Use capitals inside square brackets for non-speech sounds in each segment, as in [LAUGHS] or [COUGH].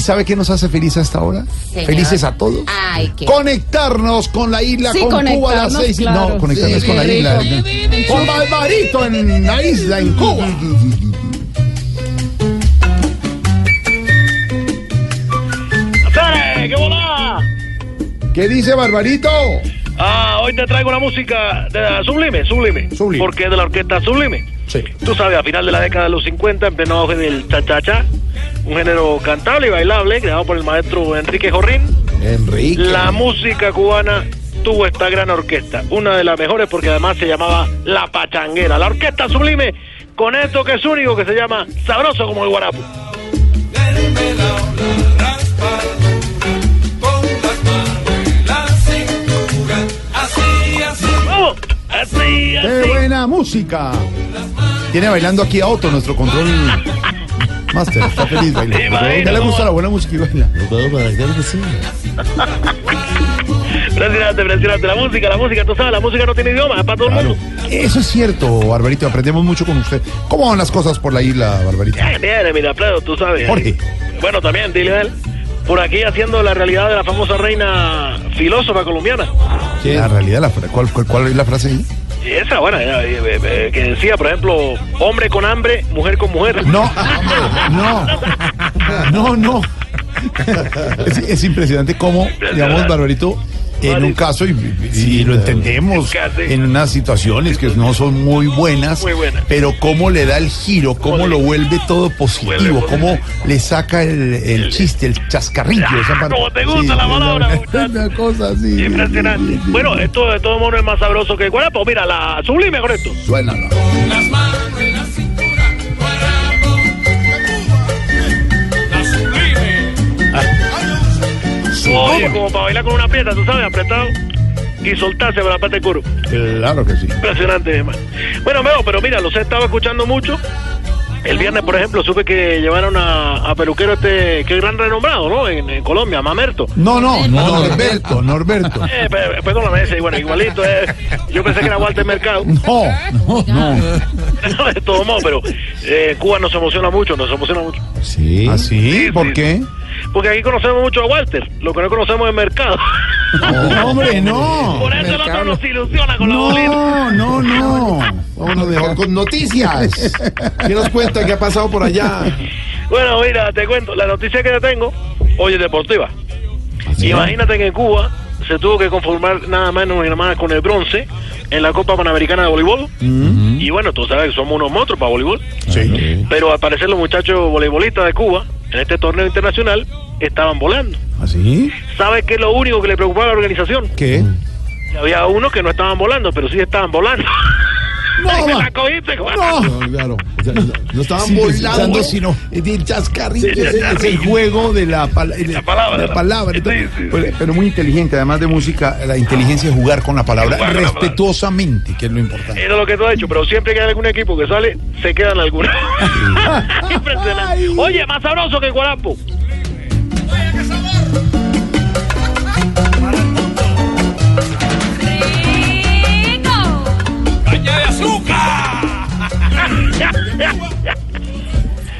¿Sabe qué nos hace feliz hasta ahora? Señor. Felices a todos. Ay, Ah, qué. Conectarnos con la isla, Sí, con Cuba a las conectarnos, seis. claro. No, conectarnos Sí, con la qué isla. rico. Con Barbarito en la isla, en Cuba. ¡Sare! ¡Qué volá! ¿Qué dice Barbarito? Ah, hoy te traigo una música de la sublime, sublime. Sublime. Porque es de la orquesta sublime. Sí. Tú sabes, a final de la década de los 50, en pleno auge del cha-cha-cha, un género cantable y bailable creado por el maestro Enrique Jorrín, Enrique. la música cubana tuvo esta gran orquesta. Una de las mejores porque además se llamaba La Pachanguera. La orquesta sublime con esto que es único, que se llama Sabroso como el Guarapo. ¡Vamos! Así, así. ¡Qué buena música! Tiene bailando aquí a Otto, nuestro control. Master, está feliz bailando. Imagino Ya le cómo- gusta la buena música y baila. Impresionante, impresionante. La música, la música, tú sabes, la música no tiene idioma, es para todo el Claro. mundo. Eso es cierto, Barbarito. Aprendemos mucho con usted. ¿Cómo van las cosas por la isla, Barbarito? Ay, Tiene, mira, Alfredo, tú sabes. Jorge. Bueno, también, dile a él. Por aquí haciendo la realidad de la famosa reina filósofa colombiana. La realidad, la, fra- ¿cuál, cuál, cuál es la frase ahí? Y Esa, bueno, era, eh, eh, eh, que decía, por ejemplo, hombre con hambre, mujer con mujer. No, no, no, no. Es, es impresionante cómo, digamos, Barbarito, en un caso, y, y- y lo entendemos, en unas situaciones que no son muy buenas, Muy buenas. pero cómo le da el giro, cómo lo vuelve todo positivo, cómo le saca el, el chiste, el chascarrillo. esa parte. como te gusta la palabra, una, [LAUGHS] una cosa así. Impresionante. Bueno, esto de todo modo es más sabroso que el guarapo. Mira, la sublime con esto. Suena. ¿no? Oye, como para bailar con una pieza, tú sabes, apretado y soltarse para la parte de curo. Claro que sí. Impresionante, hermano. Bueno, Meo, pero mira, los he estado escuchando mucho. El viernes, por ejemplo, supe que llevaron a, a peluquero este, que gran renombrado, ¿no? En, en Colombia, Mamerto. No, no, Norberto, Norberto. Eh, pe- perdóname ese, bueno, igualito. eh, yo pensé que era Walter Mercado. [LAUGHS] No, no, no. de todo modo, pero eh, Cuba nos emociona mucho, nos emociona mucho. Sí. ¿Ah, sí? ¿Por sí. qué? Porque aquí conocemos mucho a Walter, lo que no conocemos es Mercado. No, hombre, no. [LAUGHS] Por eso el otro nos ilusiona con la No, bolita. no, no. Vámonos mejor con noticias. ¿Qué nos cuenta? ¿Qué ha pasado por allá? Bueno, mira, te cuento, la noticia que te tengo, oye, deportiva. ¿Ah, Imagínate que en Cuba se tuvo que conformar nada más ni nada más con el bronce en la Copa Panamericana de Voleibol. Mm-hmm. Y bueno, tú sabes que somos unos monstruos para voleibol. Sí. Pero al parecer los muchachos voleibolistas de Cuba, en este torneo internacional, estaban volando. ¿Así? ¿Sabes qué es lo único que le preocupaba a la organización? ¿Ah, ¿Qué? Que había unos que no estaban volando, pero sí estaban volando. No, [LAUGHS] Te ma- la cogiste, Juan. no. Claro, o sea, no, no estaban Sí, volando, pensando, sino- es de chascarrillo, Sí, ese- Es el juego de la, pala- de- La palabra. de la palabra. Sí, sí, sí. Pero- Pero muy inteligente, además de música, la inteligencia de jugar con la palabra Jugar con la palabra. respetuosamente, que es lo importante. Eso es lo que tú has hecho, pero siempre que hay algún equipo que sale, se [LAUGHS] quedan algunos. Impresionante. Oye, más sabroso que el guarapo.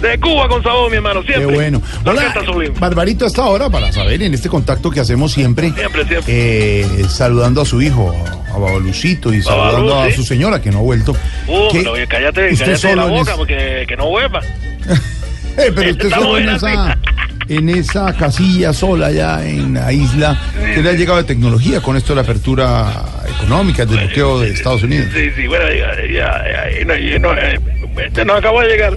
De Cuba con sabor, mi hermano, siempre. Qué bueno. La Hola, orquesta sublime. Barbarito, hasta ahora, para saber, en este contacto que hacemos siempre, Siempre, siempre. eh, saludando a su hijo, a Babalucito, y Babalu, saludando a sí. su señora, que no ha vuelto. Uh, ¿Qué? pero oye, cállate, Usted cállate la solo en boca, es- porque que no hueva. Eh, pero usted Estamos solo en en esa, en esa casilla sola allá en la isla, que le ha llegado de tecnología con esto de la apertura económica, el desbloqueo de Estados Unidos. Sí, sí, bueno, ya, ya, ya, no, ya, no, eh, este nos acabó [LAUGHS] de llegar.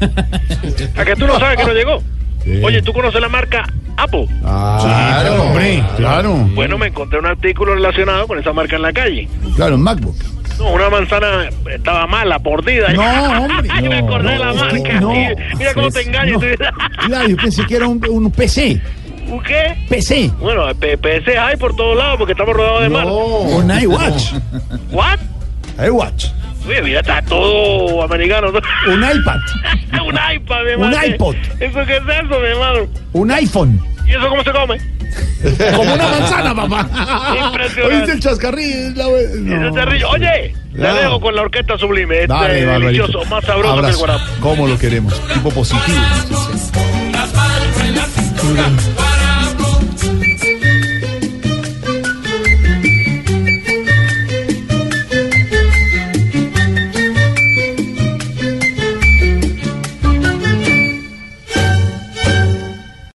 A que tú no sabes que no llegó. Oye, ¿tú conoces la marca Apple? Claro, hombre, Ah, claro. Bueno, me encontré un artículo relacionado con esa marca en la calle. Claro, en MacBook. No, una manzana estaba mala, mordida. No, hombre. [LAUGHS] Ay, me No, acordé de no, la es que marca. no. Mira, mira cómo te Es- [LAUGHS] engañas. no. Claro, yo pensé que era un, un PC. ¿Un qué? PC. Bueno, P- PC hay por todos lados porque estamos rodeados de mar. Un iWatch. ¿What? iWatch. Oye, mira, está todo americano. ¿no? Un iPad. [LAUGHS] un iPad, mi Un hermano. iPod. ¿Eso qué es eso, mi hermano? Un iPhone. ¿Y eso cómo se come? Como una manzana, papá. Impresionante. ¿Oíste el chascarrillo? La- Eso no. es terrible. Oye, No. te dejo con la orquesta sublime. Este Dale, Barbarito. delicioso, más sabroso que el Abrazo. guarapo. ¿Cómo lo queremos? Tipo positivo.